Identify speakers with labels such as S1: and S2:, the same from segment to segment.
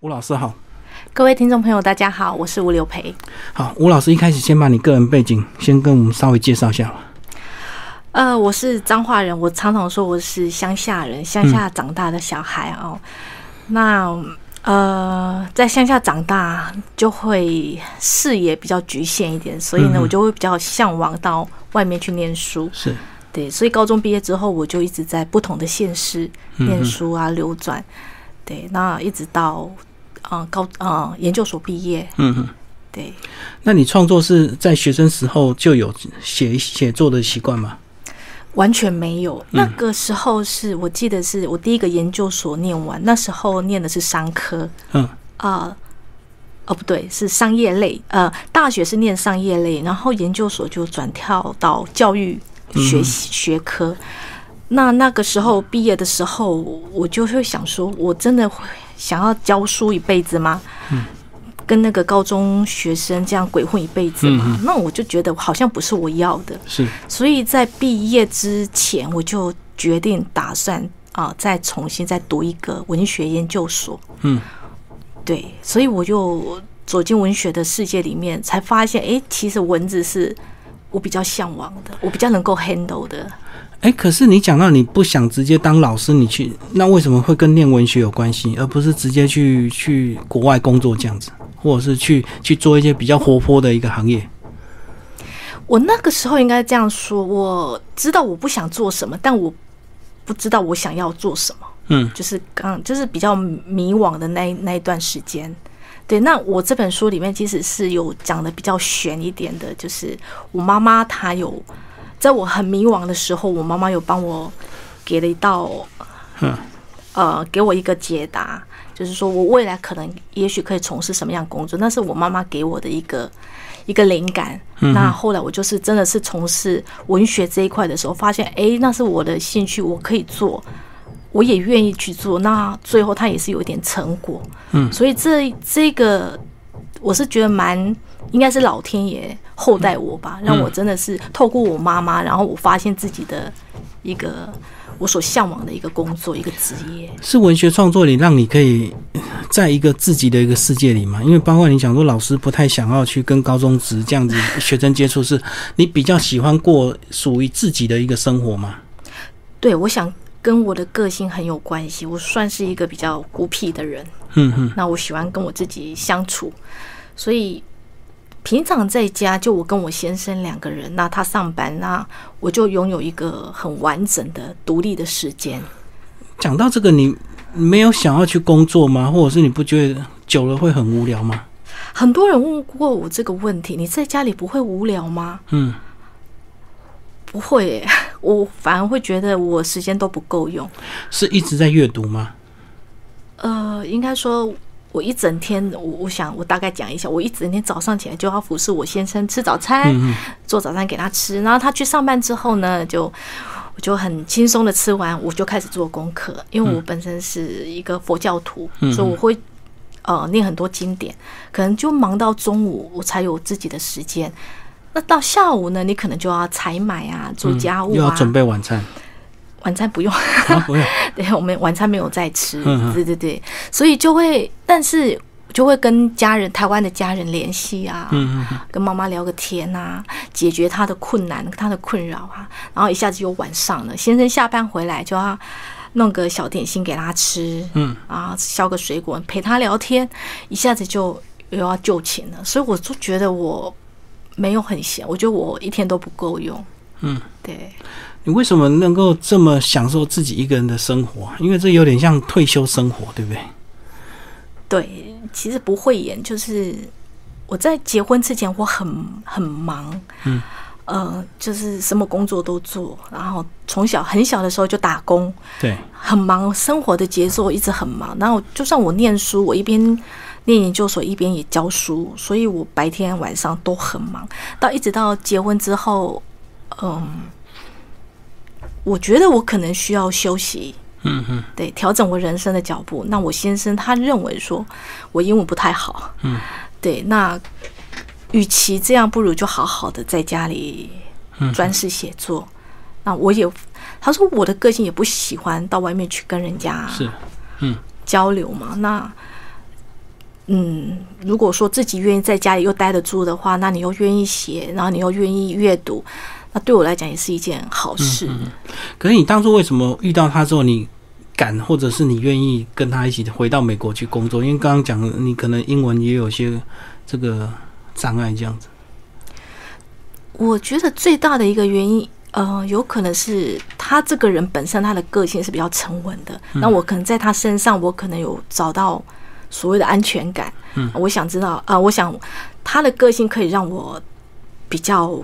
S1: 吴老师好，
S2: 各位听众朋友，大家好，我是吴刘培。
S1: 好，吴老师一开始先把你个人背景先跟我们稍微介绍一下吧。
S2: 呃，我是彰化人，我常常说我是乡下人，乡下长大的小孩哦。那呃，在乡下长大就会视野比较局限一点，所以呢，我就会比较向往到外面去念书。
S1: 是，
S2: 对，所以高中毕业之后，我就一直在不同的县市
S1: 嗯
S2: 念书啊，流转。对，那一直到呃高呃研究所毕业，
S1: 嗯哼，
S2: 对，
S1: 那你创作是在学生时候就有写写作的习惯吗？
S2: 完全没有。那个时候是我记得是我第一个研究所念完，那时候念的是商科
S1: 嗯
S2: 啊、呃哦不对，是商业类。呃，大学是念商业类，然后研究所就转跳到教育学习、学科。那那个时候毕业的时候，我就会想说，我真的会想要教书一辈子吗？跟那个高中学生这样鬼混一辈子吗？那我就觉得好像不是我要的。
S1: 是，
S2: 所以在毕业之前，我就决定打算啊、再重新再读一个文学研究所。
S1: 嗯，
S2: 对，所以我就走进文学的世界里面，才发现，诶，其实文字是我比较向往的，我比较能够 handle 的。
S1: 哎、可是你讲到你不想直接当老师，你去那为什么会跟念文学有关系，而不是直接去去国外工作这样子，或者是去去做一些比较活泼的一个行业？
S2: 我那个时候应该这样说，我知道我不想做什么，但我不知道我想要做什么。
S1: 嗯，
S2: 就是刚就是比较迷惘的那一那一段时间。对，那我这本书里面其实是有讲的比较悬一点的，就是我妈妈她有在我很迷惘的时候，我妈妈有帮我给了一道
S1: 嗯，
S2: 呃，给我一个解答，就是说我未来可能也许可以从事什么样的工作，那是我妈妈给我的一个一个灵感。那后来我就是真的是从事文学这一块的时候，发现诶，那是我的兴趣，我可以做，我也愿意去做。那最后它也是有一点成果，嗯，所以这这个我是觉得蛮。应该是老天爷厚待我吧，让我真的是透过我妈妈，然后我发现自己的一个我所向往的一个工作，一个职业。
S1: 是文学创作里让你可以呃在一个自己的一个世界里嘛？因为包括你讲说老师不太想要去跟高中职这样子 学生接触，是你比较喜欢过属于自己的一个生活嘛？
S2: 对，我想跟我的个性很有关系。我算是一个比较孤僻的人，
S1: 嗯哼，
S2: 那我喜欢跟我自己相处，所以平常在家就我跟我先生两个人，那他上班，那我就拥有一个很完整的独立的时间。
S1: 讲到这个，你没有想要去工作吗？或者是你不觉得久了会很无聊吗？
S2: 很多人问过我这个问题：你在家里不会无聊吗？
S1: 嗯，
S2: 不会耶、 我反而会觉得我时间都不够用。
S1: 是一直在阅读吗？
S2: 呃，应该说，我一整天，我我想，我大概讲一下，我一整天早上起来就要服侍我先生吃早餐，
S1: 嗯
S2: 做早餐给他吃，然后他去上班之后呢，就我就很轻松的吃完，我就开始做功课，因为我本身是一个佛教徒，
S1: 嗯
S2: 所以我会呃念很多经典，可能就忙到中午，我才有自己的时间。那到下午呢，你可能就要采买啊，做家务
S1: 嗯又要
S2: 啊，
S1: 准备晚 餐？
S2: 晚餐不用。
S1: 啊，不用，
S2: 对，我们晚餐没有在吃
S1: 嗯嗯，
S2: 对对对，所以就会，但是就会跟家人，台湾的家人联系啊，
S1: 嗯嗯
S2: 跟妈妈聊个天啊，解决她的困难、她的困扰啊，然后一下子又晚上了，先生下班回来就要弄个小点心给他吃，
S1: 嗯，
S2: 啊，削个水果陪他聊天，一下子就又要就寝了，所以我就觉得我没有很闲，我觉得我一天都不够用，
S1: 嗯，
S2: 对。
S1: 你为什么能够这么享受自己一个人的生活啊？因为这有点像退休生活，对不对？
S2: 对，其实不会演，就是我在结婚之前我很很忙，
S1: 嗯，
S2: 呃，就是什么工作都做，然后从小很小的时候就打工，
S1: 对，
S2: 很忙，生活的节奏一直很忙。然后就算我念书，我一边念研究所一边也教书，所以我白天晚上都很忙。到一直到结婚之后，嗯，我觉得我可能需要休息，
S1: 嗯嗯
S2: 对，调整我人生的脚步。那我先生他认为说我英文不太好，
S1: 嗯，
S2: 对，那与其这样，不如就好好的在家里专事写作。那我也，他说我的个性也不喜欢到外面去跟人家
S1: 是。
S2: 交流嘛，那嗯，如果说自己愿意在家里又待得住的话，那你又愿意写，然后你又愿意阅读，那对我来讲也是一件好事。
S1: 可是你当初为什么遇到他之后，你敢或者是你愿意跟他一起回到美国去工作？因为刚刚讲了你可能英文也有些这个障碍这样子。
S2: 我觉得最大的一个原因，呃，有可能是他这个人本身他的个性是比较沉稳的，那我可能在他身上，我可能有找到所谓的安全感。
S1: 嗯，
S2: 我想知道啊、呃我想他的个性可以让我比较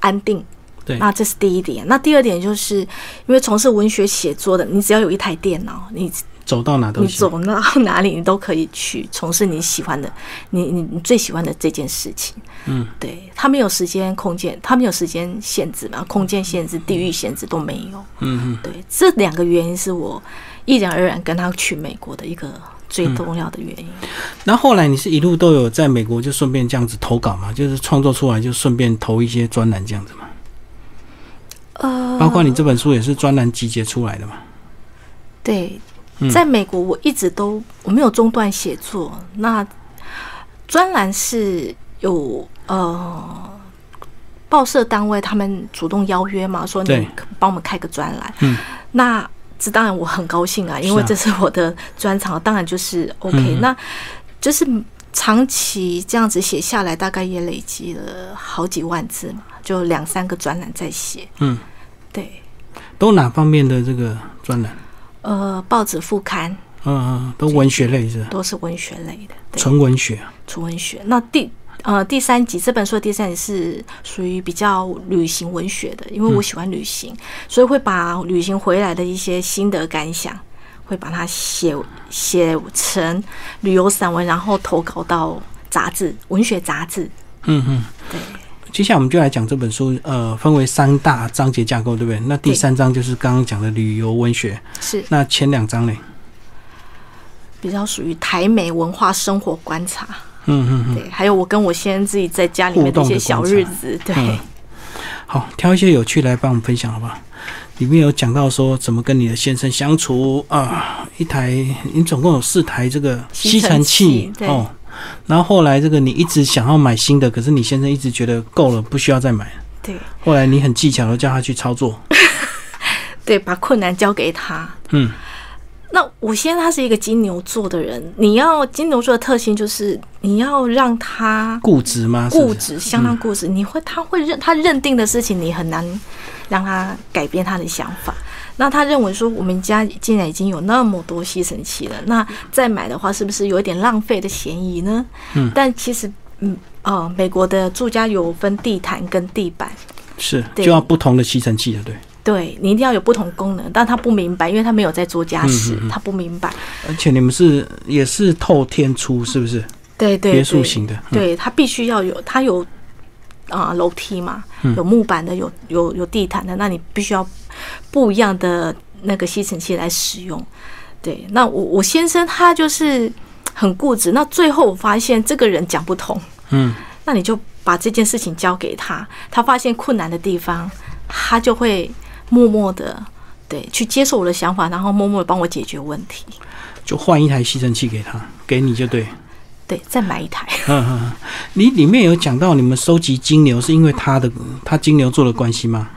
S2: 安定。
S1: 对
S2: 那这是第一点。那第二点就是，因为从事文学写作的，你只要有一台电脑，你
S1: 走到哪都
S2: 你
S1: 行。
S2: 走到哪里，你都可以去从事你喜欢的，你你你最喜欢的这件事情。
S1: 嗯，
S2: 对，它没有时间、空间，它没有时间限制嘛，空间限制、地域限制都没有。
S1: 嗯嗯，
S2: 对，这两个原因是我毅然而然跟他去美国的一个最
S1: 嗯
S2: 重要的原因。
S1: 然后后来你是一路都有在美国就顺便这样子投稿嘛，就是创作出来就顺便投一些专栏这样子嘛，
S2: 呃，
S1: 包括你这本书也是专栏集结出来的嘛。
S2: 对
S1: 嗯，
S2: 在美国我一直都我没有中断写作。那专栏是有呃报社单位他们主动邀约嘛，说
S1: 对
S2: 你可帮我们开个专栏。
S1: 嗯，
S2: 那这当然我很高兴啊，因为
S1: 是啊
S2: 这是我的专长，当然就是 OK、
S1: 嗯
S2: 那就是长期这样子写下来，大概也累积了好几万字嘛，就两三个专栏在写。
S1: 嗯，
S2: 对，
S1: 都哪方面的这个专栏？
S2: 呃，报纸副刊
S1: 嗯嗯，都文学类是吧
S2: 都是文学类的，对。
S1: 纯文学。
S2: 纯文学。那第呃第三集这本书的第三集是属于比较旅行文学的，因为我喜欢旅行，所以会把旅行回来的一些心得感想，会把它写写成旅游散文，然后投稿到杂志文学杂志。
S1: 嗯嗯，
S2: 对，
S1: 接下来我们就来讲这本书，呃，分为三大章节架构，对不对？那第
S2: 对
S1: 三章就是刚刚讲的旅游文学，
S2: 是
S1: 那前两章嘞？
S2: 比较属于台美文化生活观察。
S1: 嗯嗯嗯，
S2: 对，还有我跟我先生自己在家里面的一些小日子。对，
S1: 嗯好，挑一些有趣来帮我们分享，好不好？里面有讲到说怎么跟你的先生相处啊，一台你总共有四台这个
S2: 吸尘
S1: 器
S2: 器对
S1: 哦，然后后来这个你一直想要买新的，可是你先生一直觉得够了，不需要再买。
S2: 对
S1: 后来你很技巧的叫他去操作，
S2: 对，把困难交给他。
S1: 嗯，
S2: 那我先生他是一个金牛座的人，你要金牛座的特性就是你要让他
S1: 固执吗？是不
S2: 固
S1: 是，
S2: 执，相当固执，你会他会认他认定的事情，你很难让他改变他的想法。那他认为说，我们家既然已经有那么多吸尘器了，那再买的话，是不是有一点浪费的嫌疑呢？
S1: 嗯，
S2: 但其实，嗯，呃，美国的住家有分地毯跟地板，
S1: 是
S2: 对
S1: 就要不同的吸尘器了，对。
S2: 对你一定要有不同功能，但他不明白，因为他没有在做家事，
S1: 嗯
S2: 他不明白。
S1: 而且你们是也是透天出，是不是？
S2: 对对对，
S1: 别墅型的，嗯，
S2: 对，它必须要有，它有啊、呃楼梯嘛，有木板的，有有有地毯的，那你必须要不一样的那个吸尘器来使用。对，那我我先生他就是很固执，那最后我发现这个人讲不通，
S1: 嗯，
S2: 那你就把这件事情交给他，他发现困难的地方，他就会默默的。对，去接受我的想法，然后默默的帮我解决问题。
S1: 就换一台吸尘器给他，给你就对。
S2: 对，再买一台。
S1: 嗯嗯，嗯你里面有讲到你们收集金牛是因为他的他金牛座的关系吗？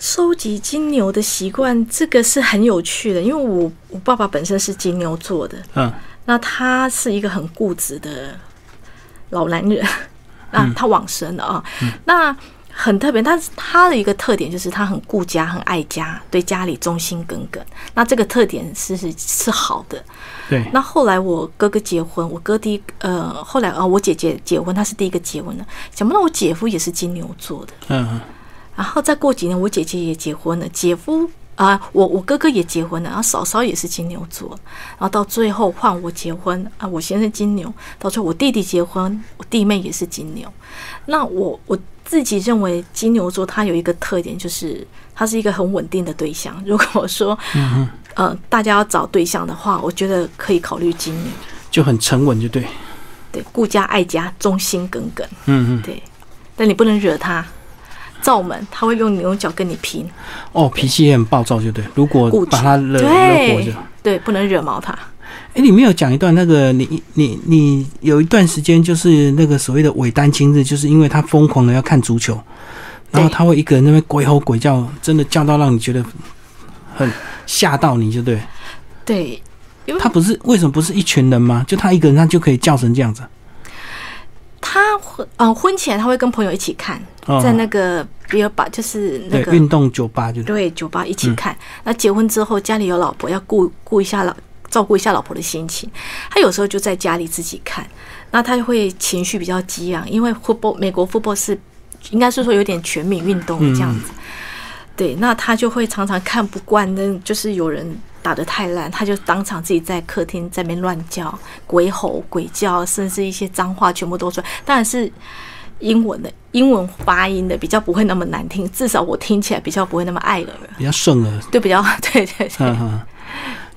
S2: 收集金牛的习惯，这个是很有趣的，因为我我爸爸本身是金牛座的，
S1: 嗯
S2: 那他是一个很固执的老男人， 那他往生了啊，那很特别，但是他的一个特点就是他很顾家，很爱家，对家里忠心耿耿，那这个特点是是是好的，
S1: 对，
S2: 那后来我哥哥结婚，我哥第一呃，后来呃，我姐姐结婚，她是第一个结婚的，想不到我姐夫也是金牛座的。
S1: 嗯嗯
S2: 然后再过几年，我姐姐也结婚了，姐夫啊、我我哥哥也结婚了，然后嫂嫂也是金牛座，然后到最后换我结婚啊，我先生金牛，到最后我弟弟结婚，我弟妹也是金牛。那我我自己认为金牛座它有一个特点，就是它是一个很稳定的对象。如果说，呃，大家要找对象的话，我觉得可以考虑金牛，
S1: 就很沉稳就对。
S2: 对，顾家爱家，忠心耿耿，
S1: 嗯嗯，
S2: 对，但你不能惹他。造门，他会用牛角跟你拼，
S1: 哦，脾气也很暴躁就对。如果
S2: 固执
S1: 把他惹
S2: 对
S1: 惹火就，
S2: 对，不能惹毛他。
S1: 哎、你没有讲一段那个，你你你有一段时间就是那个所谓的伪单亲日，就是因为他疯狂的要看足球，然后
S2: 对
S1: 他会一个人在那边鬼吼鬼叫，真的叫到让你觉得很吓到你，就对。
S2: 对，因为
S1: 他不是为什么不是一群人吗？就他一个人，他就可以叫成这样子。
S2: 他婚呃婚前他会跟朋友一起看，
S1: 哦
S2: 在那个比尔吧，就是那
S1: 对
S2: 个
S1: 运嗯动酒吧就
S2: 对酒吧一起看。那结婚之后，家里有老婆要顾顾一下老照顾一下老婆的心情，他有时候就在家里自己看，那他就会情绪比较激昂，因为 football 美国 football 是应该是说有点全民运动这样子。对，那他就会常常看不惯，那就是有人打得太烂，他就当场自己在客厅在那边乱叫、鬼吼、鬼叫，甚至一些脏话全部都出来。当然是英文的，英文发音的比较不会那么难听，至少我听起来比较不会那么碍耳，
S1: 比较顺耳。
S2: 对，比较 对对对，
S1: 嗯嗯。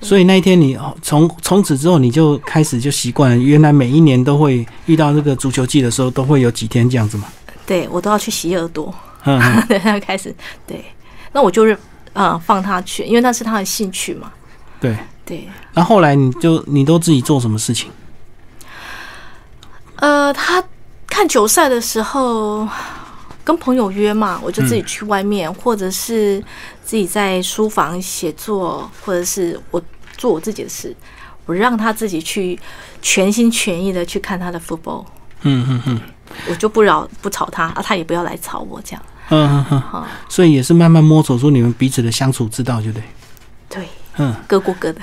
S1: 所以那一天你哦从从此之后你就开始就习惯了，原来每一年都会遇到那个足球季的时候，都会有几天这样子嘛。
S2: 对我都要去洗耳朵，
S1: 嗯嗯
S2: 对，他就开始对，那我就是呃放他去，因为那是他的兴趣嘛，
S1: 对。
S2: 对，
S1: 然后后来你就你都自己做什么事情？
S2: 呃，他看球赛的时候跟朋友约嘛，我就自己去外面，或者是自己在书房写作，或者是我做我自己的事，我让他自己去全心全意的去看他的 football。
S1: 嗯嗯嗯
S2: 我就不扰不吵他啊，他也不要来吵我这样。
S1: 嗯嗯嗯。
S2: 哈、
S1: 所以也是慢慢摸索出你们彼此的相处之道，对不对？
S2: 对，
S1: 嗯，
S2: 各过各的。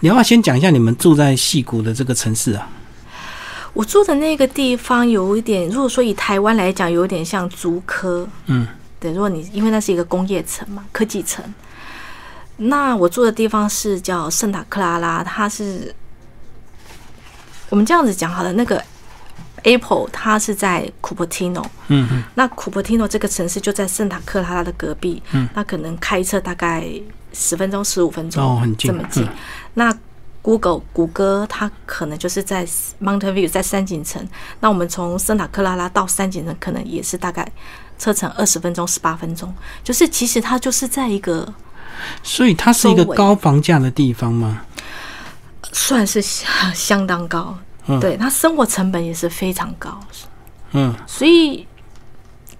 S1: 你要不要先讲一下你们住在戏谷的这个城市啊？
S2: 我住的那个地方有一点，如果说以台湾来讲，有点像竹科。
S1: 嗯，
S2: 对，如果你因为那是一个工业城嘛，科技城。那我住的地方是叫圣塔克拉拉，它是我们这样子讲好了，那个 Apple 它是在 Cupertino，
S1: 嗯嗯
S2: 那库珀蒂诺这个城市就在圣塔克拉拉的隔壁，
S1: 嗯
S2: 那可能开车大概十分钟、十五分钟，
S1: 哦很近
S2: 这么近。
S1: 嗯
S2: 那 Google 谷歌它可能就是在 Mountain View，在山景城。那我们从圣塔克拉拉到山景城，可能也是大概车程二十分钟、十八分钟，就是其实它就是在一个
S1: 所以它是一个
S2: 周围
S1: 高房价的地方吗？
S2: 算是相相当高，
S1: 嗯
S2: 对，它生活成本也是非常高，
S1: 嗯，
S2: 所以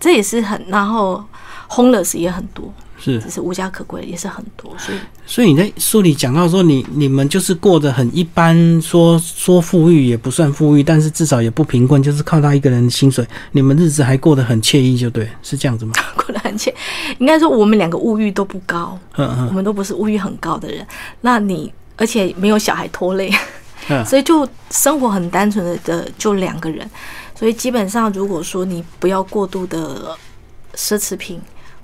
S2: 这也是很，然后 homeless 也很多。
S1: 是
S2: 只。是无家可归，也是很多，所以
S1: 所以你在书里讲到说你，你们就是过得很一般，说说富裕也不算富裕，但是至少也不贫困，就是靠他一个人的薪水，你们日子还过得很惬意，就对，是这样子吗？
S2: 过得很浅。应该说我们两个物欲都不高，
S1: 嗯
S2: 我
S1: 嗯
S2: 们都不是物欲很高的人。那你而且没有小孩拖累，
S1: 嗯，
S2: 所以就生活很单纯的的就两个人。所以基本上，如果说你不要过度的奢侈品，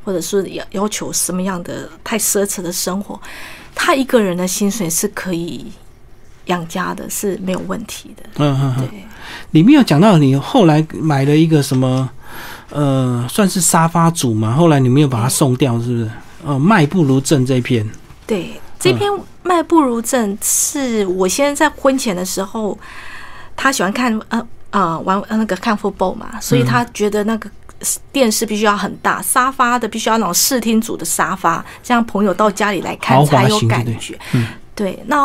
S2: 或者是要要求什么样的太奢侈的生活，他一个人的薪水是可以养家的，是没有问题的。
S1: 嗯嗯嗯，
S2: 对，
S1: 里面有讲到你后来买了一个什么，呃，算是沙发组嘛，后来你没有把它送掉，是不是？呃，卖不如挣这一篇，
S2: 对，这篇《卖不如正》是我先在婚前的时候，他喜欢看呃呃玩呃那个看 football 嘛，
S1: 嗯
S2: 所以他觉得那个电视必须要很大，沙发的必须要那种视听组的沙发，这样朋友到家里来
S1: 豪
S2: 看
S1: 华
S2: 才有
S1: 型的
S2: 感
S1: 对
S2: 觉。
S1: 嗯
S2: 对，那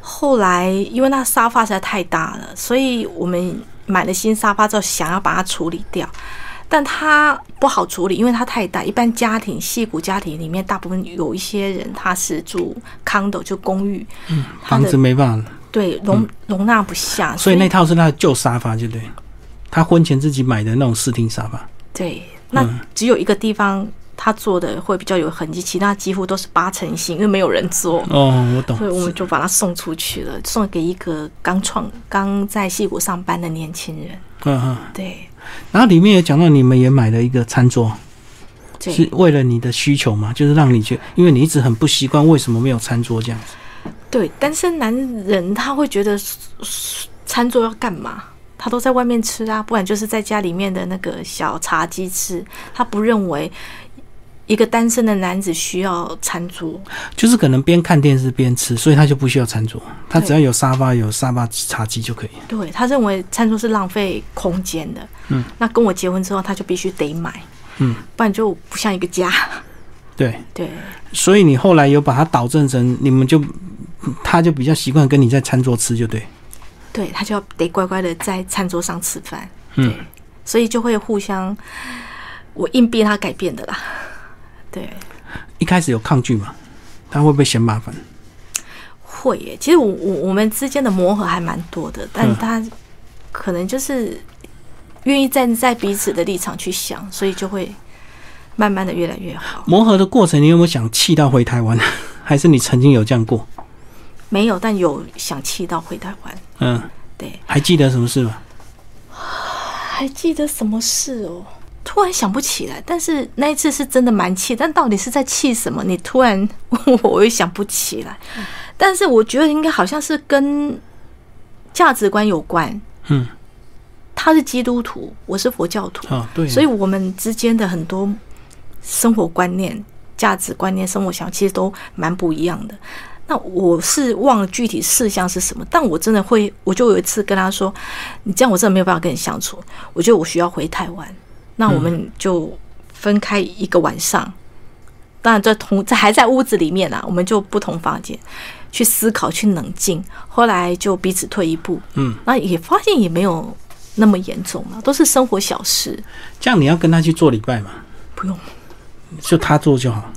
S2: 后来因为那沙发实在太大了，所以我们买了新沙发之后，想要把它处理掉。但它不好处理，因为它太大。一般家庭、戏骨家庭里面，大部分有一些人他是住 condo，就公寓，他
S1: 房
S2: 的
S1: 子没办法，
S2: 对容容纳不下，
S1: 嗯所以那套是他的旧沙发，就对，他婚前自己买的那种视听沙发。
S2: 对那
S1: 嗯
S2: 只有一个地方他做的会比较有痕迹，其他几乎都是八成新，因为没有人做。
S1: 哦，我懂
S2: 所以，我们就把它送出去了，送给一个刚创、刚在戏骨上班的年轻人。
S1: 嗯嗯。
S2: 对，
S1: 然后里面有讲到你们也买了一个餐桌，
S2: 对，
S1: 是为了你的需求嘛？就是让你觉，因为你一直很不习惯为什么没有餐桌这样子。
S2: 对，单身男人他会觉得餐桌要干嘛？他都在外面吃啊，不然就是在家里面的那个小茶几吃。他不认为一个单身的男子需要餐桌。
S1: 就是可能边看电视边吃，所以他就不需要餐桌，他只要有沙发有沙发茶几就可以。
S2: 对他认为餐桌是浪费空间的。
S1: 嗯，
S2: 那跟我结婚之后，他就必须得买。
S1: 嗯，
S2: 不然就不像一个家。
S1: 对，
S2: 对，
S1: 所以你后来有把它导正成，你们就他就比较习惯跟你在餐桌吃，就对。
S2: 对他就要得乖乖的在餐桌上吃饭，
S1: 嗯，
S2: 所以就会互相我硬逼他改变的啦。对，
S1: 一开始有抗拒嘛，他会不会嫌麻烦？
S2: 会耶。其实我我我们之间的磨合还蛮多的，但
S1: 嗯
S2: 他可能就是愿意站在彼此的立场去想，所以就会慢慢的越来越好。
S1: 磨合的过程，你有没有想气到回台湾？ 还是你曾经有这样过？
S2: 没有，但有想气到回台湾。
S1: 嗯，
S2: 对，
S1: 还记得什么事吗？
S2: 还记得什么事哦？突然想不起来，但是那一次是真的蛮气，但到底是在气什么？你突然 问我，我也想不起来。但是我觉得应该好像是跟价值观有关。
S1: 嗯，
S2: 他是基督徒，我是佛教徒，
S1: 哦，对，
S2: 所以我们之间的很多生活观念、价值观念、生活想法其实都蛮不一样的。那我是忘了具体事项是什么，但我真的会，我就有一次跟他说：“你这样我真的没有办法跟你相处，我觉得我需要回台湾。”那我们就分开一个晚上，当然在同在还在屋子里面啊啦，我们就不同房间去思考、去冷静。后来就彼此退一步，
S1: 嗯，
S2: 那也发现也没有那么严重嘛，都是生活小事。
S1: 这样你要跟他去做礼拜嘛，
S2: 不用，
S1: 就他做就好。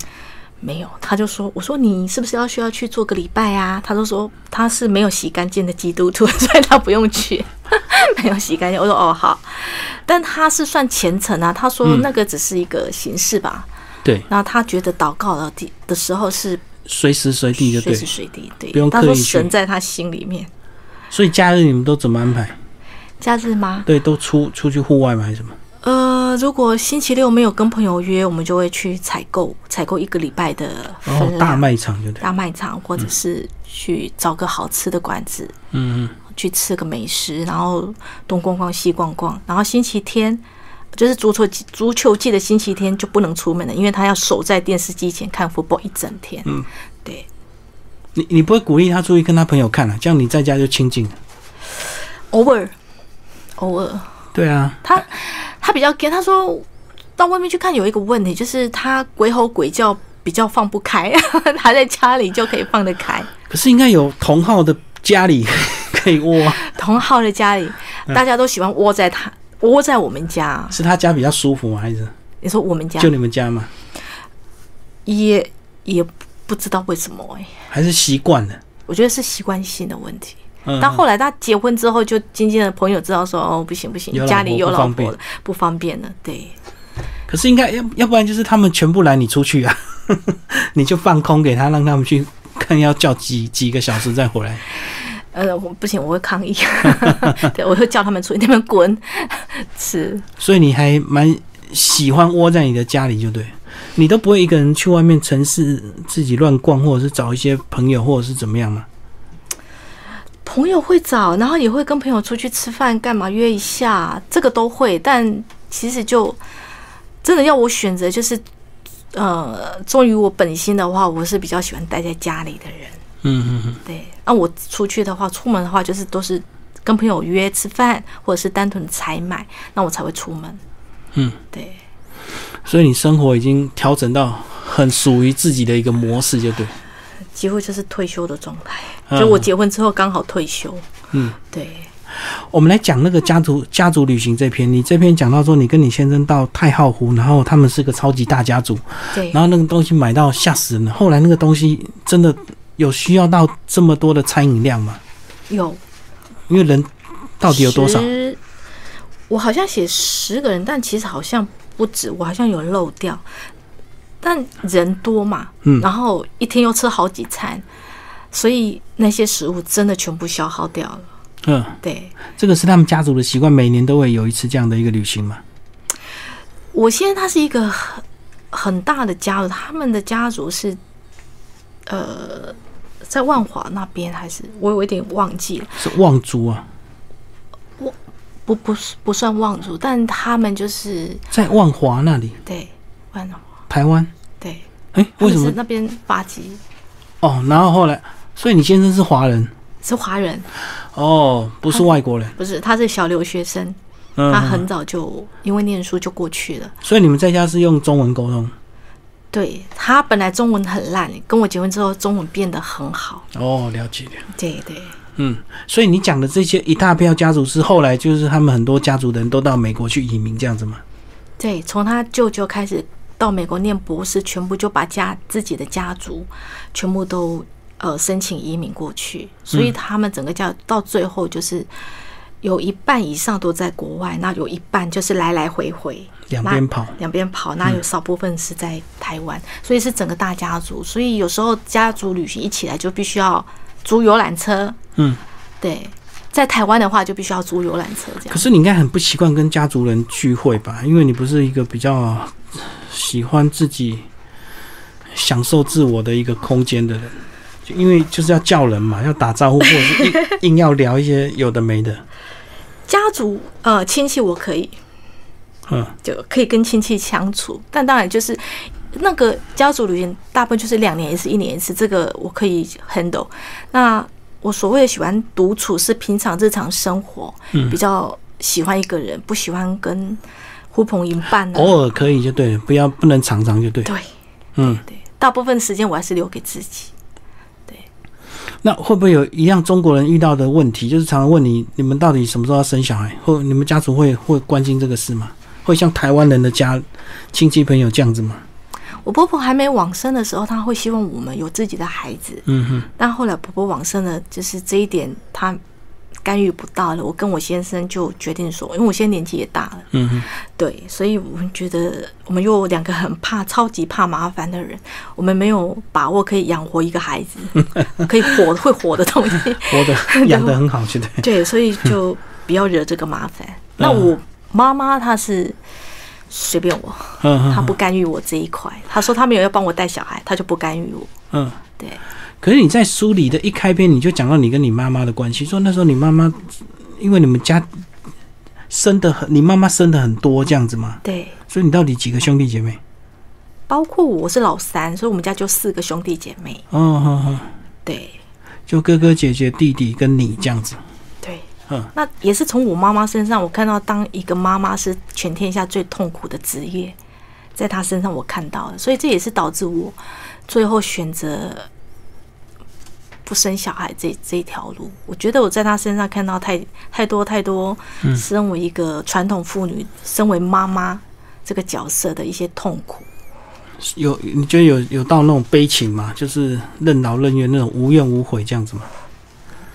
S2: 没有。他就说，我说你是不是要需要去做个礼拜啊？他就说他是没有洗干净的基督徒， 所以他不用去， 没有洗干净。我说哦好，但他是算虔诚啊，他
S1: 嗯
S2: 说那个只是一个形式吧。
S1: 对，
S2: 那他觉得祷告了的的时候是
S1: 随时随地就
S2: 随
S1: 对
S2: 时。随地，对，
S1: 不用
S2: 他
S1: 刻
S2: 说
S1: 意去
S2: 神在他心里面。
S1: 所以假日你们都怎么安排？
S2: 假日吗？
S1: 对，都出出去户外吗？还是什么？
S2: 呃，如果星期六没有跟朋友约，我们就会去采购采购一个礼拜的
S1: 哦
S2: 分，量、
S1: 大卖场就对。
S2: 大卖场，或者是去找个好吃的馆子，
S1: 嗯
S2: 去吃个美食，然后东逛逛西逛逛，然后星期天就是足球季足球季的星期天就不能出门了，因为他要守在电视机前看 football 一整天。嗯，对，
S1: 嗯，你你不会鼓励他出去跟他朋友看啊？这样你在家就清静了。
S2: 偶尔偶尔，
S1: 对啊，
S2: 他他比较 gay，他说到外面去看有一个问题，就是他鬼吼鬼叫比较放不开， 他在家里就可以放得开。
S1: 可是应该有同号的家里 可以窝、啊，
S2: 同号的家里，大家都喜欢窝在他窝在我们家。
S1: 是他家比较舒服吗？还是
S2: 你说我们家
S1: 就你们家吗？
S2: 也也不知道为什么哎、
S1: 还是习惯了？
S2: 我觉得是习惯性的问题。
S1: 嗯，
S2: 但后来他结婚之后，就渐渐的朋友知道说，哦，不行不行
S1: 有，老
S2: 家里
S1: 婆
S2: 有
S1: 不
S2: 老
S1: 方
S2: 婆
S1: 便
S2: 了，不方便了。对，
S1: 可是应该要要不然就是他们全部来你出去啊， 你就放空给他，让他们去看要叫几几个小时再回来。
S2: 呃，我不行，我会抗 议。 对，我会叫他们出去，你们 滚。是，
S1: 所以你还蛮喜欢窝在你的家里，就对。你都不会一个人去外面城市自己乱逛，或者是找一些朋友，或者是怎么样吗？
S2: 朋友会找，然后也会跟朋友出去吃饭，干嘛约一下，这个都会。但其实就真的要我选择，就是呃，忠于我本心的话，我是比较喜欢待在家里的人。
S1: 嗯嗯嗯。
S2: 对，那、我出去的话，出门的话，就是都是跟朋友约吃饭，或者是单纯采买，那我才会出门。
S1: 嗯，
S2: 对，
S1: 所以你生活已经调整到很属于自己的一个模式，就对。
S2: 几乎就是退休的状态。
S1: 嗯
S2: 就我结婚之后刚好退休。
S1: 嗯，
S2: 对。
S1: 我们来讲那个家族家族旅行这篇，你这篇讲到说你跟你先生到太浩湖，然后他们是个超级大家族，
S2: 对，
S1: 然后那个东西买到吓死人了。后来那个东西真的有需要到这么多的餐饮量吗？
S2: 有
S1: 因为人到底有多少？
S2: 十我好像写十个人，但其实好像不止，我好像有漏掉。但人多嘛，
S1: 嗯
S2: 然后一天又吃好几餐，所以那些食物真的全部消耗掉了。
S1: 嗯，
S2: 对
S1: 这个是他们家族的习惯，每年都会有一次这样的一个旅行嘛。
S2: 我先生他是一个很很大的家族，他们的家族是呃在万华那边还是我有一点忘记了，
S1: 是望族啊，
S2: 不不是不算望族，但他们就是
S1: 在万华那里，
S2: 对万华
S1: 台湾。
S2: 对。
S1: 哎，为什
S2: 他们
S1: 么
S2: 是？那边发迹
S1: 哦，然后后来，所以你先生是华人
S2: 是华人，
S1: 哦，不是外国人。
S2: 不是他是小留学生，他
S1: 嗯，
S2: 啊很早就因为念书就过去了。
S1: 所以你们在家是用中文沟通。
S2: 对他本来中文很烂，跟我结婚之后中文变得很好。
S1: 哦，了解了解。
S2: 对对，
S1: 嗯，所以你讲的这些一大票家族是后来就是他们很多家族的人都到美国去移民这样子吗？
S2: 对，从他舅舅开始到美国念博士，全部就把家自己的家族全部都呃申请移民过去，所以他们整个家到最后就是有一半以上都在国外，那有一半就是来来回回
S1: 两边跑
S2: 那两边跑，那有少部分是在台湾，所以是整个大家族，所以有时候家族旅行一起来就必须要租游览车，
S1: 嗯，
S2: 对。在台湾的话，就必须要租游览车这样
S1: 可。是你应该很不习惯跟家族人聚会吧？因为你不是一个比较喜欢自己享受自我的一个空间的人，就因为就是要叫人嘛，要打招呼，或者是硬硬要聊一些有的没的。
S2: 家族呃亲戚我可以，
S1: 嗯，
S2: 就可以跟亲戚相处。但当然就是那个家族旅行，大部分就是两年一次、一年一次，这个我可以 handle。那我所谓的喜欢独处，是平常日常生活、比较喜欢一个人，不喜欢跟呼朋引伴啊。
S1: 偶尔可以就对了，不要不能常常就对。
S2: 对
S1: 嗯，
S2: 对，大部分时间我还是留给自己。
S1: 那会不会有一样中国人遇到的问题，就是常常问你，你们到底什么时候要生小孩，或你们家族会会关心这个事吗？会像台湾人的家亲戚朋友这样子吗？
S2: 我婆婆还没往生的时候，她会希望我们有自己的孩子。
S1: 嗯哼，
S2: 但后来婆婆往生了，就是这一点她干预不到了。我跟我先生就决定说，因为我现在年纪也大了，
S1: 嗯哼，
S2: 对，所以我们觉得我们又两个很怕、超级怕麻烦的人，我们没有把握可以养活一个孩子， 可以活会活的东西。
S1: 活的 养得很好，对不对？
S2: 对，所以就不要惹这个麻烦。那我妈妈她是随便我，
S1: 嗯哼。
S2: 她不干预我这一块。她说她没有要帮我带小孩，她就不干预我。
S1: 嗯，
S2: 对。
S1: 可是你在书里的一开篇，你就讲到你跟你妈妈的关系，说那时候你妈妈，因为你们家生的很，你妈妈生的很多这样子嘛，
S2: 对，
S1: 所以你到底几个兄弟姐妹？
S2: 包括我是老三，所以我们家就四个兄弟姐妹。
S1: 哦，哦哦，
S2: 对
S1: 就哥哥姐姐、弟弟跟你这样子。
S2: 对，
S1: 嗯，
S2: 那也是从我妈妈身上，我看到当一个妈妈是全天下最痛苦的职业，在她身上我看到了，所以这也是导致我最后选择不生小孩这这一条路。我觉得我在她身上看到太太多太多，身为一个传统妇女，身为妈妈这个角色的一些痛苦。
S1: 有你觉得有有到那种悲情吗？就是任劳任怨那种无怨无悔这样子吗？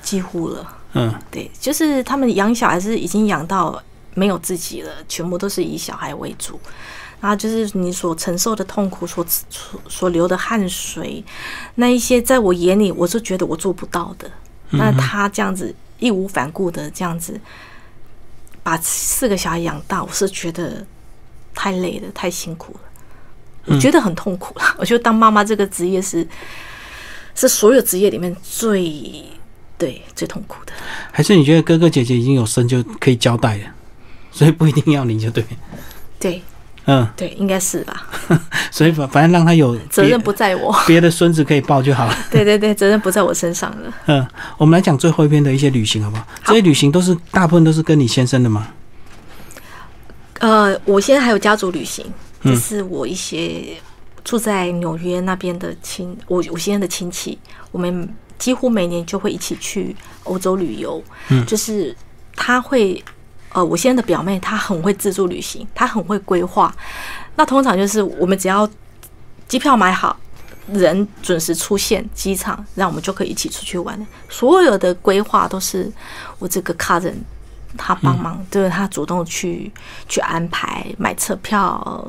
S2: 几乎了。
S1: 嗯，
S2: 对，就是他们养小孩是已经养到没有自己了，全部都是以小孩为主。然后就是你所承受的痛苦，所所所流的汗水，那一些在我眼里，我是觉得我做不到的。那他这样子义无反顾的这样子把四个小孩养大，我是觉得太累了，太辛苦了，我觉得很痛苦了。 我觉得当妈妈这个职业是是所有职业里面最对最痛苦的。
S1: 还是你觉得哥哥姐姐已经有生就可以交代了，所以不一定要你就对。
S2: 对
S1: 嗯，
S2: 对，应该是吧？
S1: 所以反反正让他有
S2: 责任
S1: 别
S2: 不在我。
S1: 别的孙子可以抱就好了。
S2: 对对对，责任不在我身上了。
S1: 嗯，我们来讲最后一篇的一些旅行好不好？这些旅行都是大部分都是跟你先生的吗？
S2: 呃，我现在还有家族旅行，这是我一些住在纽约那边的亲，我我先生的亲戚，我们几乎每年就会一起去欧洲旅游。嗯，就是他会，呃，我先生的表妹，她很会自助旅行，她很会规划。那通常就是我们只要机票买好，人准时出现机场，那我们就可以一起出去玩了。所有的规划都是我这个客人他帮
S1: 嗯
S2: 忙，就是他主动去去安排买车票，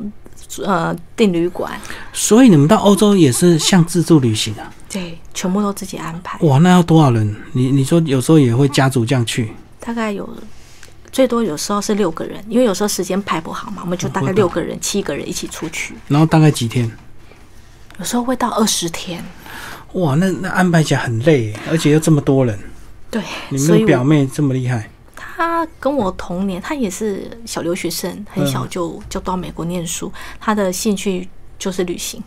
S2: 呃，订旅馆，
S1: 所以你们到欧洲也是像自助旅行啊？
S2: 对，全部都自己安排。
S1: 哇，那要多少人？你你说有时候也会家族这样去，
S2: 大概有最多有时候是六个人，因为有时候时间排不好嘛，我们就大概六个人、七个人一起出去，
S1: 然后大概几天？
S2: 有时候会到二十天。
S1: 哇，那那安排起来很累耶，而且又这么多人。
S2: 对，
S1: 你
S2: 所
S1: 们的
S2: 以我
S1: 表妹这么厉害，
S2: 他跟我同年，他也是小留学生，很
S1: 嗯
S2: 小就就到美国念书。他的兴趣就是旅行，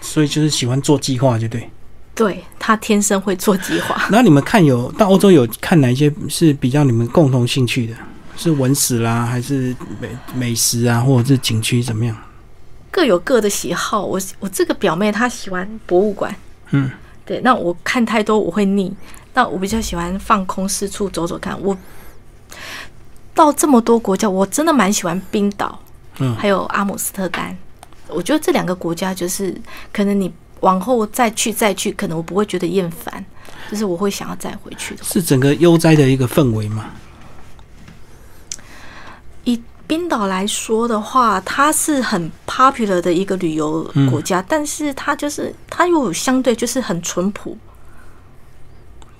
S1: 所以就是喜欢做计划，就对。
S2: 对他天生会做计划。
S1: 然后你们看有到欧洲有看哪一些是比较你们共同兴趣的？是文史啦，还是美美食啊，或者是景区怎么样？
S2: 各有各的喜好。我我这个表妹她喜欢博物馆，
S1: 嗯，
S2: 对，那我看太多我会腻。那我比较喜欢放空，四处走走看。我到这么多国家，我真的蛮喜欢冰岛，
S1: 嗯
S2: 还有阿姆斯特丹。我觉得这两个国家就是，可能你往后再去再去，可能我不会觉得厌烦，就是我会想要再回去的。
S1: 是整个悠哉的一个氛围嘛？
S2: 以冰岛来说的话，它是很 popular 的一个旅游
S1: 嗯
S2: 国家，但是它就是它又有相对就是很淳朴。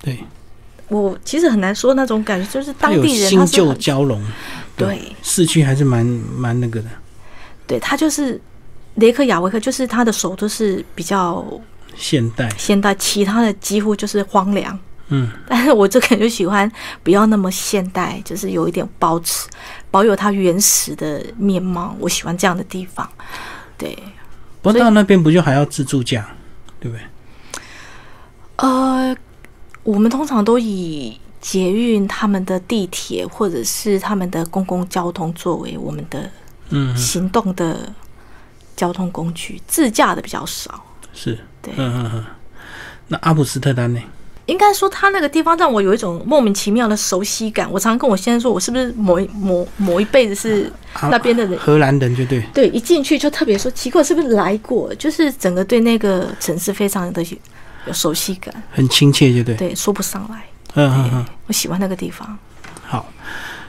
S1: 对，
S2: 我其实很难说那种感觉，就是当
S1: 它有
S2: 地人他
S1: 新
S2: 是
S1: 旧
S2: 很
S1: 交融，
S2: 对
S1: 市区还是蛮蛮那个的，
S2: 对，它就是雷克雅维克，就是它的首都是比较
S1: 现代，
S2: 现代，其他的几乎就是荒凉。
S1: 嗯，
S2: 但是我这个人就喜欢不要那么现代，就是有一点保持保有它原始的面貌，我喜欢这样的地方。对，
S1: 不
S2: 所
S1: 过
S2: 以
S1: 到那边不就还要自助价，对不对？
S2: 呃，我们通常都以捷运、他们的地铁或者是他们的公共交通作为我们的
S1: 嗯，
S2: 行动的交通工具，自驾的比较少。
S1: 是，
S2: 对
S1: 嗯嗯嗯。那阿姆斯特丹呢？
S2: 应该说，它那个地方让我有一种莫名其妙的熟悉感。我常跟我先生说，我是不是某一某某一辈子是
S1: 啊
S2: 那边的人？
S1: 荷兰人就对，
S2: 对，一进去就特别说奇怪，是不是来过？就是整个对那个城市非常的有有熟悉感，
S1: 很亲切就对，
S2: 对，说不上来。
S1: 嗯嗯
S2: 对
S1: 嗯，
S2: 我喜欢那个地方。
S1: 好。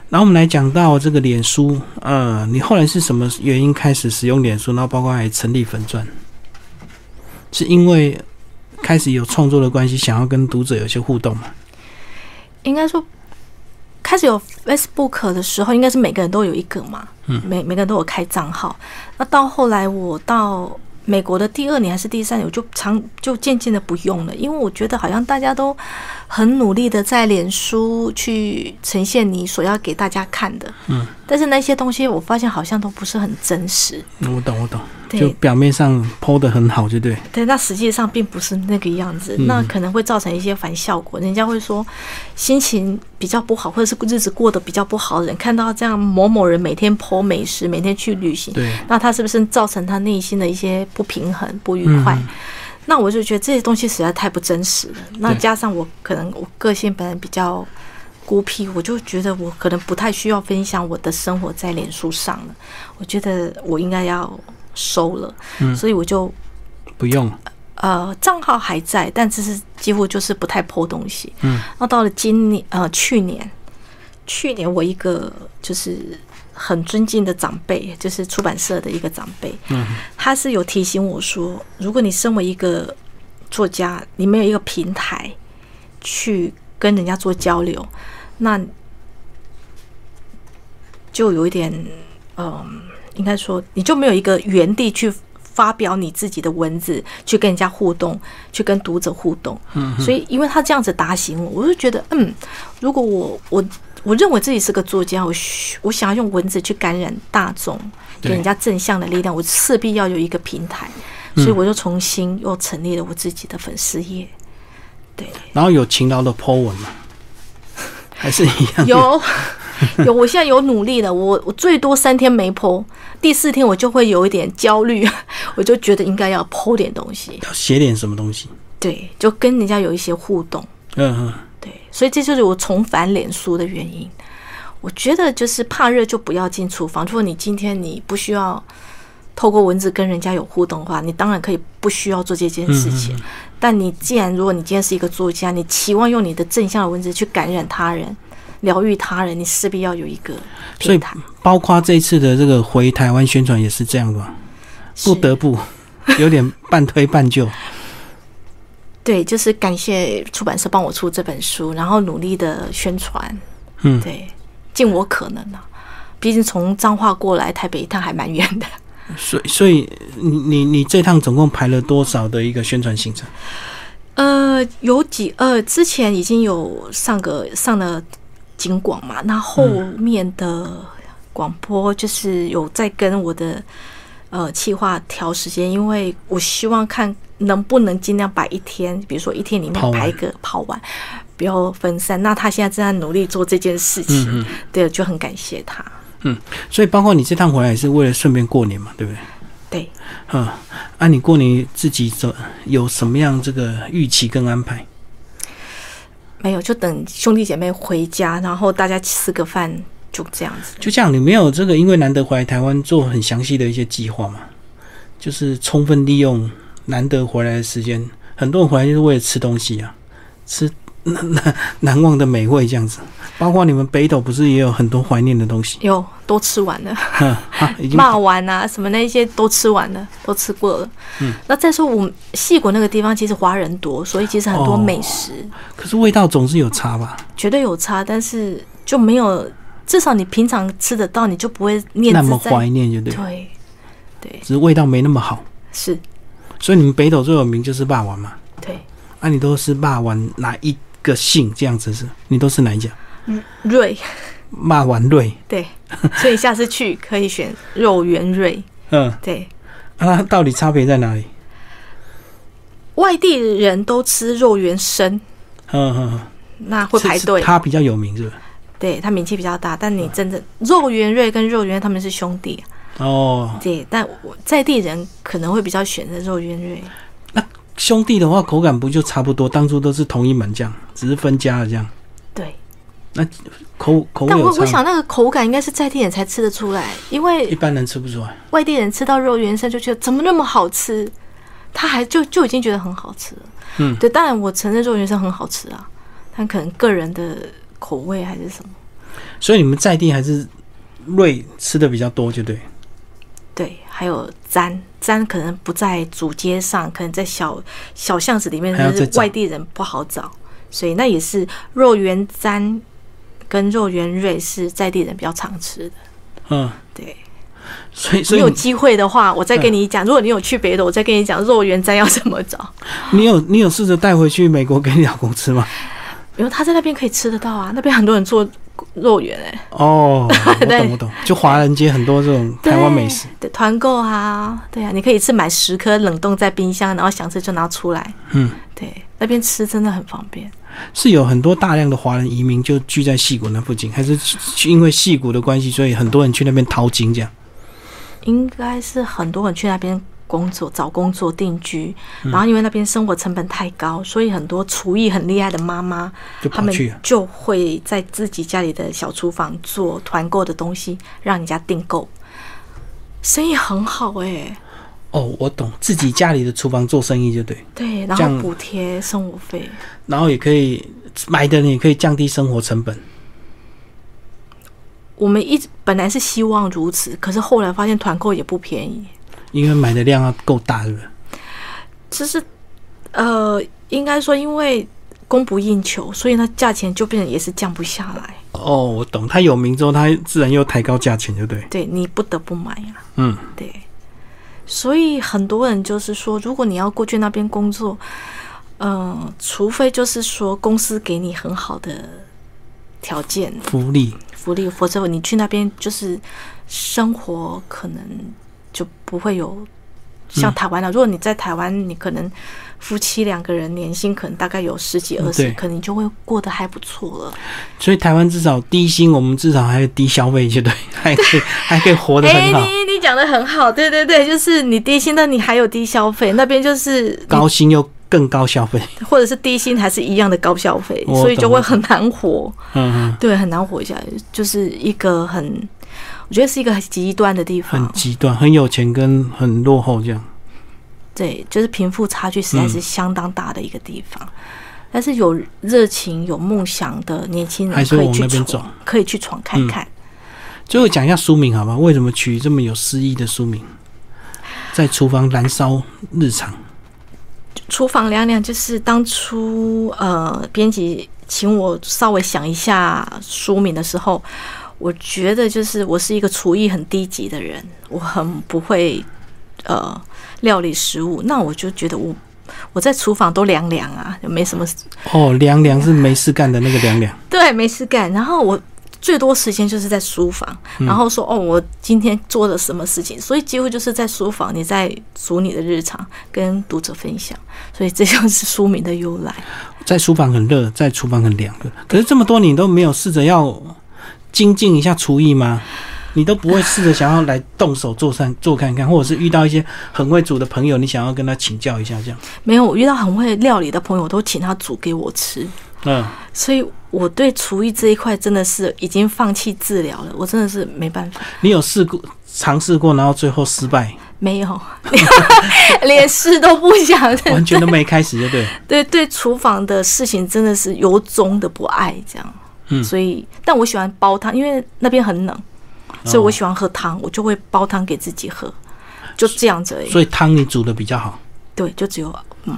S1: 然后我们来讲到这个脸书，呃，你后来是什么原因开始使用脸书？然后包括还成立粉钻，是因为开始有创作的关系，想要跟读者有些互动嘛？
S2: 应该说开始有 Facebook 的时候，应该是每个人都有一个嘛，
S1: 嗯
S2: 每每个人都有开账号。那到后来我到美国的第二年还是第三年，我就常就渐渐的不用了，因为我觉得好像大家都很努力的在脸书去呈现你所要给大家看的，
S1: 嗯，
S2: 但是那些东西我发现好像都不是很真实，
S1: 我懂，我懂，就
S2: 对
S1: 表面上 PO 的很好，就对，
S2: 对，那实际上并不是那个样子，
S1: 嗯
S2: 那可能会造成一些反效果。人家会说，心情比较不好，或者是日子过得比较不好的人，看到这样某某人每天剖美食，每天去旅行，
S1: 对，
S2: 那他是不是造成他内心的一些不平衡、不愉快？
S1: 嗯
S2: 那我就觉得这些东西实在太不真实了。那
S1: 对
S2: 加上我可能我个性本来比较孤僻，我就觉得我可能不太需要分享我的生活在脸书上了。我觉得我应该要收了，
S1: 嗯
S2: 所以我就
S1: 不用，
S2: 呃，账号还在，但只是几乎就是不太剖东西。
S1: 嗯，
S2: 那到了今年，呃，去年，去年我一个就是很尊敬的长辈，就是出版社的一个长辈，
S1: 嗯，
S2: 他是有提醒我说，如果你身为一个作家，你没有一个平台去跟人家做交流，那就有一点，嗯、应该说你就没有一个原地去发表你自己的文字，去跟人家互动，去跟读者互动。
S1: 嗯
S2: 所以因为他这样子打醒我，我就觉得，嗯，如果我我我认为自己是个作家，我需我想要用文字去感染大众，给
S1: 对
S2: 人家正向的力量，我势必要有一个平台。所以我就重新又成立了我自己的粉丝页，
S1: 然后有勤劳的 PO 文嘛，还是一 样，
S2: 有 有，我现在有努力了。我我最多三天没剖，第四天我就会有一点焦虑， 我就觉得应该要剖点东西，
S1: 要写点什么东西，
S2: 对，就跟人家有一些互动，
S1: 嗯嗯，
S2: 对，所以这就是我重返脸书的原因。我觉得就是怕热就不要进厨房。如果你今天你不需要透过文字跟人家有互动的话，你当然可以不需要做这件
S1: 嗯
S2: 事情。但你既然如果你今天是一个作家，你期望用你的正向的文字去感染他人、疗愈他人，你势必要有一个
S1: 所以
S2: 平台。
S1: 包括这一次的这个回台湾宣传也是这样的嘛，不
S2: 是
S1: 得不有点半推半就，
S2: 对，就是感谢出版社帮我出这本书，然后努力的宣传，
S1: 嗯
S2: 对，尽我可能啊。毕竟从彰化过来台北一趟还蛮远的，
S1: 所以所以你你你这趟总共排了多少的一个宣传行程？
S2: 呃，有几呃，之前已经有上个上了景广嘛，那后面的广播就是有在跟我的呃企划调时间，因为我希望看能不能尽量把一天，比如说一天里
S1: 跑完
S2: 面排一个跑完，不要分散。那他现在正在努力做这件事情，
S1: 嗯
S2: 对，就很感谢他。
S1: 所以包括你这趟回来也是为了顺便过年嘛，对不对？
S2: 对，
S1: 嗯，啊，你过年自己怎有什么样这个预期跟安排？
S2: 没有，就等兄弟姐妹回家，然后大家吃个饭，就这样子。
S1: 就这样，你没有这个，因为难得回来台湾做很详细的一些计划嘛，就是充分利用难得回来的时间。很多人回来就是为了吃东西啊，吃 难难难忘的美味这样子。包括你们北斗不是也有很多怀念的东西？
S2: 有都吃完了，
S1: 哼啊，已经
S2: 骂完啊什么那一些都吃完了，都吃过了。嗯，那再说我们戏谷那个地方其实华人多，所以其实很多
S1: 哦
S2: 美食。
S1: 可是味道总是有差吧？
S2: 绝对有差，但是就没有，至少你平常吃得到，你就不会念
S1: 那
S2: 兹
S1: 么
S2: 在
S1: 怀念就对了，
S2: 对对
S1: 只是味道没那么好。
S2: 是，
S1: 所以你们北斗最有名就是霸王嘛？
S2: 对
S1: 啊，你都是霸王哪一个姓这样子是？你都是哪一家？
S2: 瑞
S1: 霸王瑞，
S2: 对，所以下次去可以选肉圆瑞。
S1: 嗯，啊，
S2: 对，
S1: 那到底差别在哪里？
S2: 外地人都吃肉圆生，
S1: 嗯嗯，嗯
S2: 那会
S1: 是
S2: 排
S1: 是
S2: 队，
S1: 他比嗯较有名是吧？
S2: 对他名气比较大。但你真正肉圆瑞跟肉圆他们是兄弟，
S1: 哦，
S2: 对，但我在地人可能会比较选择肉圆瑞。
S1: 兄弟的话口感不就差不多？当初都是同一门酱，只是分家了这样，
S2: 对，
S1: 口口味
S2: 但
S1: 有
S2: 我
S1: 差吗。
S2: 我想那个口感应该是在地人才吃得出来，因为
S1: 一般人吃不出来。
S2: 外地人吃到肉圆生就觉得怎么那么好吃，他还就就已经觉得很好吃了。
S1: 嗯
S2: 对，当然我承认肉圆生很好吃啊，但可能个人的口味还是什么。
S1: 所以你们在地还是瑞吃的比较多，就对。
S2: 对，还有粘粘可能不在主街上，可能在小小巷子里面
S1: 还要，
S2: 就
S1: 再
S2: 是
S1: 找
S2: 外地人不好找，所以那也是肉圆粘跟肉圆瑞是在地人比较常吃的。
S1: 嗯，
S2: 对，
S1: 所以所以
S2: 你有
S1: 你嗯
S2: 机会的话，我再跟你讲。如果你有去北斗，我再跟你讲肉圆粘要怎么找。
S1: 你有你有试着带回去美国给你老公 吃吗？
S2: 因为他在那边可以吃得到啊，那边很多人做肉圆哎、
S1: 哦，我
S2: 对
S1: 懂我懂，就华人街很多这种台湾美食。
S2: 对团购啊，对啊，你可以一次买十颗，冷冻在冰箱，然后想吃就拿出来。
S1: 嗯，
S2: 对，那边吃真的很方便。
S1: 是有很多大量的华人移民就聚在戏谷那附近，还是去因为戏谷的关系，所以很多人去那边淘金这样。
S2: 应该是很多人去那边工作、找工作、定居，
S1: 嗯
S2: 然后因为那边生活成本太高，所以很多厨艺很厉害的妈妈
S1: 就，跑
S2: 他们
S1: 去啊了
S2: 就会在自己家里的小厨房做团购的东西，让人家订购，生意很好哎、
S1: 哦，我懂，自己家里的厨房做生意就对，
S2: 对，然
S1: 这
S2: 后
S1: 样
S2: 补贴生活费，
S1: 然后也可以买的，你也可以降低生活成本。
S2: 我们一直本来是希望如此，可是后来发现团购也不便宜，
S1: 因为买的量要够大，是不是？
S2: 就是呃，应该说因为供不应求，所以那价钱就变得也是降不下来，
S1: 哦，我懂，他有名之后，他自然又抬高价钱，就对。
S2: 对你不得不买啊，
S1: 嗯，
S2: 对，所以很多人就是说，如果你要过去那边工作，嗯、除非就是说公司给你很好的条件，
S1: 福利
S2: 福利，否则你去那边就是生活可能就不会有像台湾
S1: 嗯
S2: 了、如果你在台湾，你可能夫妻两个人年薪可能大概有十几
S1: 嗯
S2: 二十，
S1: 对
S2: 可能就会过得还不错了。
S1: 所以台湾至少低薪，我们至少还有低消费，就对，还可以还可以活得
S2: 哎、
S1: 很好。
S2: 你你讲的很好，对对对，就是你低薪，但你还有低消费，那边就是
S1: 高薪又更高消费，
S2: 或者是低薪还是一样的高消费，
S1: 我
S2: 所以就
S1: 懂
S2: 会
S1: 我
S2: 很难活。
S1: 嗯嗯，
S2: 对，很难活下来，就是一个很，我觉得是一个很极端的地
S1: 很
S2: 方。
S1: 极端，很有钱跟很落后这样。
S2: 对，就是贫富差距实在是相当大的一个地方。但是有热情、有梦想的年轻
S1: 还
S2: 人
S1: 是
S2: 可以
S1: 往
S2: 去
S1: 那边走
S2: 闯，可以去闯看看。
S1: 最后讲一下书名好吧？为什么取这么有诗意的书名？在厨房燃烧日常，
S2: 厨房凉凉就是当初呃，编辑请我稍微想一下书名的时候，我觉得就是我是一个厨艺很低级的人，我很不会呃料理食物，那我就觉得我我在厨房都凉凉啊，就没什么
S1: 哦，凉凉是没事干的那个凉凉，
S2: 对，没事干。然后我最多时间就是在书房，然后说哦，我今天做了什么事情，所以几乎就是在书房，你在煮你的日常，跟读者分享。所以这就是书名的由来。
S1: 在书房很热，在厨房很凉的。可是这么多年你都没有试着要精进一下厨艺吗？你都不会试着想要来动手做善做看看，或者是遇到一些很会煮的朋友，你想要跟他请教一下这样。
S2: 没有，我遇到很会料理的朋友，我都请他煮给我吃。
S1: 嗯，
S2: 所以我对厨艺这一块真的是已经放弃治疗了，我真的是没办法，
S1: 你有试过尝试过，然后最后失败，
S2: 没有，连试都不想。
S1: 完全都没开始，就对了。
S2: 对对，厨房的事情真的是由衷的不爱这样。
S1: 嗯
S2: 所以但我喜欢煲汤，因为那边很冷，
S1: 哦
S2: 所以我喜欢喝汤，我就会煲汤给自己喝，就这样子而已。
S1: 所以汤你煮的比较好，
S2: 对，就只有嗯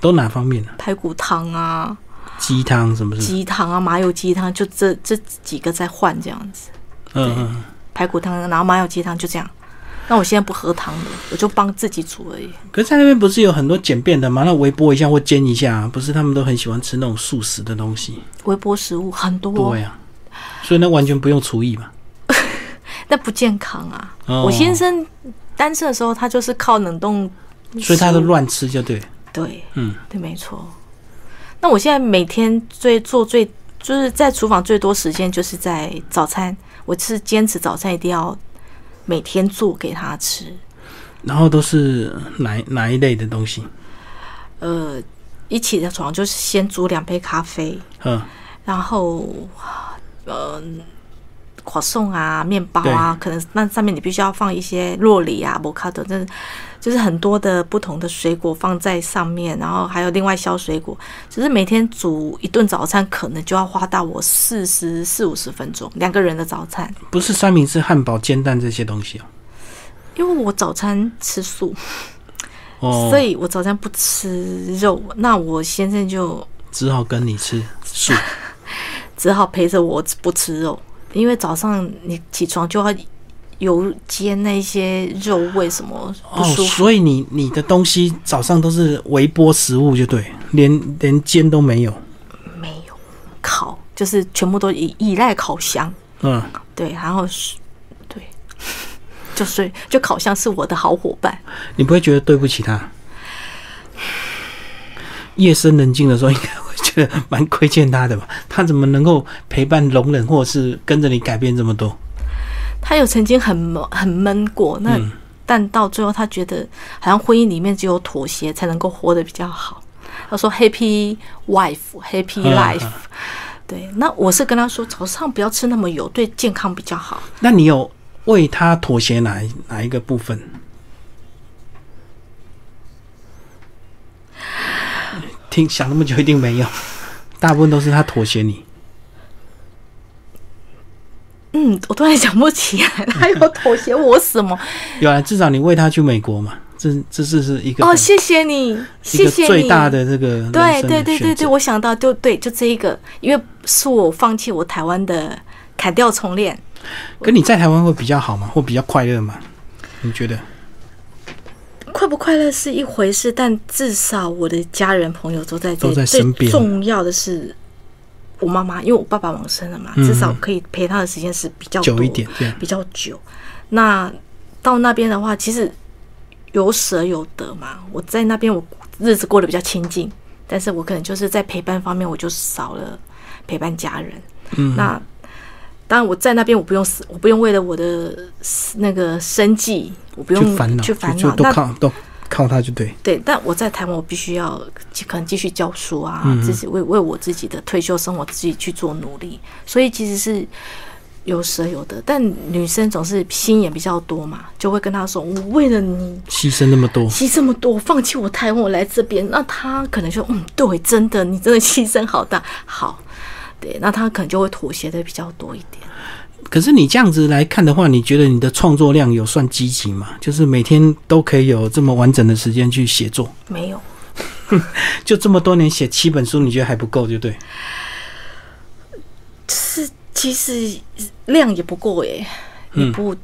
S1: 都哪方面呢？
S2: 排骨汤啊、
S1: 鸡汤是不是？
S2: 鸡汤啊、麻油鸡汤，就这这几个在换这样子。
S1: 嗯嗯，
S2: 排骨汤，然后麻油鸡汤，就这样。那我现在不喝汤了，我就帮自己煮而已。
S1: 可是在那边不是有很多简便的嘛？那微波一下或煎一下、啊不是他们都很喜欢吃那种素食的东西？
S2: 微波食物很多哦
S1: 对，呀、啊，所以那完全不用厨艺嘛。
S2: 但不健康啊。
S1: 哦
S2: 我先生单身的时候，他就是靠冷冻食物，
S1: 所以他都乱吃就对了。
S2: 对，
S1: 嗯，
S2: 对，没错。那我现在每天最做最就是在厨房最多时间就是在早餐，我是坚持早餐一定要每天做给他吃。
S1: 然后都是哪哪一类的东西？
S2: 呃，一起的床就是先煮两杯咖啡，
S1: 嗯，
S2: 然后呃，果送啊、面包啊，可能那上面你必须要放一些洛梨啊、摩卡豆，这就是很多的不同的水果放在上面，然后还有另外削水果。只是每天煮一顿早餐，可能就要花到我四十四五十分钟，两个人的早餐。
S1: 不是三明治、汉堡、煎蛋这些东西哦。
S2: 因为我早餐吃素，
S1: 哦，
S2: 所以我早餐不吃肉，那我先生就
S1: 只好跟你吃素。
S2: 只好陪着我不吃肉，因为早上你起床就要油煎那些肉味什么不
S1: 哦，
S2: 舒服。
S1: 所以你你的东西早上都是微波食物就对，连连煎都没有。
S2: 没有烤，就是全部都依依赖烤箱，
S1: 嗯，
S2: 对，然后是对，就所以就烤箱是我的好伙伴。
S1: 你不会觉得对不起他？夜深人静的时候，应该会觉得蛮亏欠他的吧？他怎么能够陪伴、容忍，或者是跟着你改变这么多？
S2: 他有曾经很闷很闷过，那、
S1: 嗯
S2: 但到最后他觉得好像婚姻里面只有妥协才能够活得比较好。他说 “Happy wife, happy
S1: 嗯
S2: life”、对，那我是跟他说早上不要吃那么油，对健康比较好。
S1: 那你有为他妥协哪一哪一个部分？听想那么久一定没有， 大部分都是他妥协你。
S2: 嗯，我突然想不起来他有妥协我什么。
S1: 有啊，至少你为他去美国嘛，这这是是一个
S2: 哦，
S1: 很
S2: 谢谢你，
S1: 一
S2: 谢
S1: 个
S2: 谢你。
S1: 最大的这个人
S2: 对
S1: 生
S2: 对
S1: 的
S2: 对对
S1: 选择
S2: 对，我想到就对，就这一个，因为是我放弃我台湾的砍掉重练。
S1: 可你在台湾会比较好吗？会比较快乐吗？你觉得？
S2: 快不快乐是一回事，但至少我的家人朋友都在这
S1: 都
S2: 里
S1: 在身边
S2: 最重要的是我妈妈，因为我爸爸往生了嘛，
S1: 嗯
S2: 至少可以陪她的时间是比较多
S1: 久一点，这样
S2: 比较久。那到那边的话，其实有舍有得嘛。我在那边我日子过得比较清静，但是我可能就是在陪伴方面我就少了陪伴家人。
S1: 嗯
S2: 那当然我在那边我不用死，我不用为了我的那个生计，我不
S1: 就
S2: 用
S1: 烦恼，就
S2: 去烦
S1: 就
S2: 恼。
S1: 都
S2: 那
S1: 靠都靠他就对。
S2: 对，但我在台湾，我必须要继可能继续教书啊，自己为为我自己的退休生活自己去做努力，所以其实是有舍有得。但女生总是心眼比较多嘛，就会跟她说：“我为了你
S1: 牺牲那么多，
S2: 牺牲这么多，我放弃我台湾，我来这边。”那她可能就嗯，对，真的，你真的牺牲好大，好，对，那她可能就会妥协的比较多一点。
S1: 可是你这样子来看的话，你觉得你的创作量有算积极吗？就是每天都可以有这么完整的时间去写作，
S2: 没有，
S1: 就这么多年写七本书，你觉得还不够，就对。
S2: 是其实量也不够耶，
S1: 嗯
S2: 也不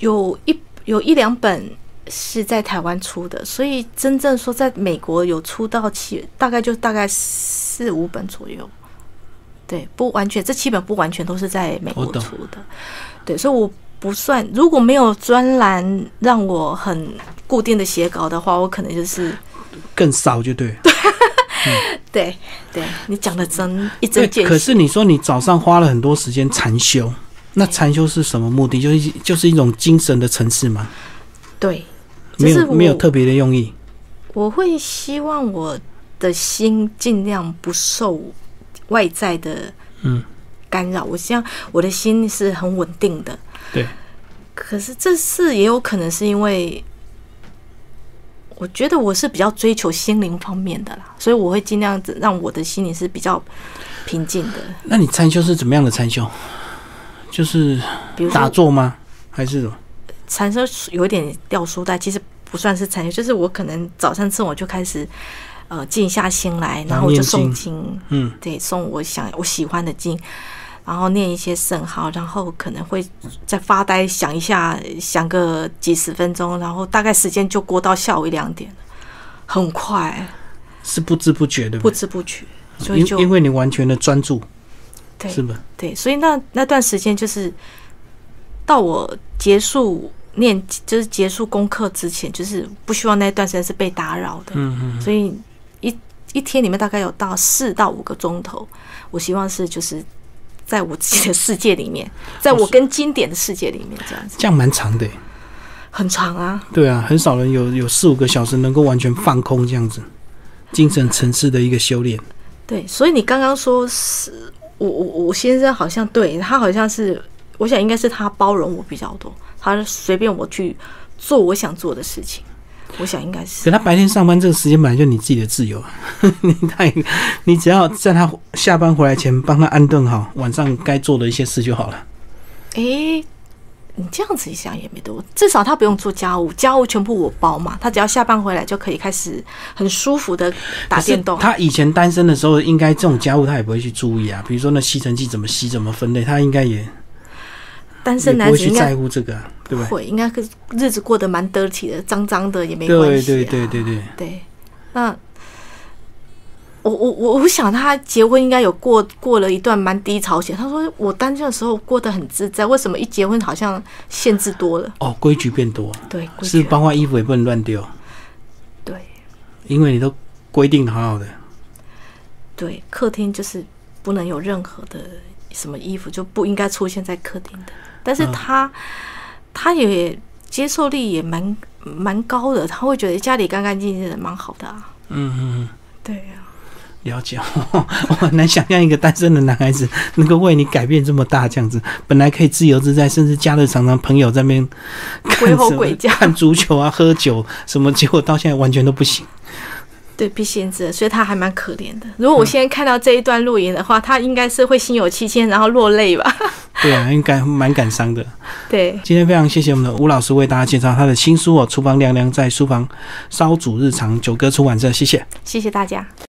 S2: 有一有一两本是在台湾出的，所以真正说在美国有出到七，大概就大概四五本左右。对，不完全，这七本不完全都是在美国
S1: 我懂
S2: 出的。对，所以我不算，如果没有专栏让我很固定的写稿的话，我可能就是
S1: 更少就对，
S2: 对对，你讲的真一针
S1: 对。
S2: 见
S1: 可
S2: 血。
S1: 是你说你早上花了很多时间禅修，那禅修是什么目的？就是就是一种精神的层次嘛，
S2: 对，
S1: 没
S2: 就是
S1: 有
S2: 我
S1: 没有特别的用意。
S2: 我会希望我的心尽量不受外在的
S1: 嗯
S2: 干扰，我希望我的心是很稳定的。
S1: 对，
S2: 可是这次也有可能是因为，我觉得我是比较追求心灵方面的啦，所以我会尽量让我的心里是比较平静的。
S1: 那你禅修是怎么样的禅修？就是
S2: 比如
S1: 打
S2: 说
S1: 坐吗？还是什么？
S2: 缠身有一点掉书袋，其实不算是缠身，就是我可能早上吃完我就开始呃静下心来，然后我就
S1: 念经
S2: 诵经，
S1: 嗯，
S2: 对，诵我想我喜欢的经，然后念一些圣号，然后可能会再发呆想一下，想个几十分钟，然后大概时间就过到下午一两点了，很快，
S1: 是不知不觉对
S2: 不
S1: 不对？
S2: 知不觉，所以
S1: 因
S2: 就
S1: 因为你完全的专注，
S2: 对
S1: 是吧？
S2: 对，所以那那段时间就是到我结束念，就是结束功课之前，就是不希望那段时间是被打扰的。
S1: 嗯嗯，
S2: 所以一一天里面大概有到四到五个钟头，我希望是就是在我自己的世界里面，在我跟经典的世界里面这样子，
S1: 这样蛮长的耶。欸
S2: 很长啊。
S1: 对啊，很少人有有四五个小时能够完全放空这样子，精神层次的一个修炼。
S2: 对，所以你刚刚说是我我我先生好像对他好像是，我想应该是他包容我比较多，他随便我去做我想做的事情，我想应该
S1: 可
S2: 是
S1: 他白天上班这个时间本来就你自己的自由啊， 你太你只要在他下班回来前帮他安顿好晚上该做的一些事就好了。
S2: 诶。你这样子一想也没多，至少他不用做家务，家务全部我包嘛。他只要下班回来就可以开始很舒服的打
S1: 可是
S2: 电动。
S1: 他以前单身的时候，应该这种家务他也不会去注意啊，比如说那吸尘器怎么吸、怎么分类，他应该也
S2: 单
S1: 也
S2: 身
S1: 不
S2: 男
S1: 会
S2: 子
S1: 去
S2: 应该
S1: 在乎这个、啊，对
S2: 不
S1: 吧？
S2: 会，应该是日子过得蛮得体的，脏脏的也没关
S1: 对
S2: 系、啊。
S1: 对对对对，
S2: 对，那我我我我想他结婚应该有过过了一段蛮低潮期。他说我单身的时候过得很自在，为什么一结婚好像限制多了？
S1: 哦，规矩变多，
S2: 对，规
S1: 是
S2: 矩
S1: 包括衣服也不能乱丢，
S2: 对
S1: 因为你都规定得好好的。
S2: 对，客厅就是不能有任何的什么衣服，就不应该出现在客厅的。但是他、他也接受力也蛮蛮高的，他会觉得家里干干净净的蛮好的啊。
S1: 嗯嗯嗯。
S2: 对啊。
S1: 了解， 我很难想象一个单身的男孩子能够为你改变这么大，这样子，本来可以自由自在，甚至假日常常朋友在那边看
S2: 啊鬼吼
S1: 什么
S2: 鬼 叫
S1: 看足球啊、喝酒什么，结果到现在完全都不行。
S2: 对，被限制了，所以他还蛮可怜 的。如果我现在看到这一段录影的话，他应该是会心有戚戚，然后落泪吧？
S1: 对啊，应该蛮感伤的。
S2: 对，
S1: 今天非常谢谢我们的吴老师为大家介绍他的新书哦，《厨房凉凉在书房烧煮日常》，九哥出版社，谢谢。
S2: 谢谢大家。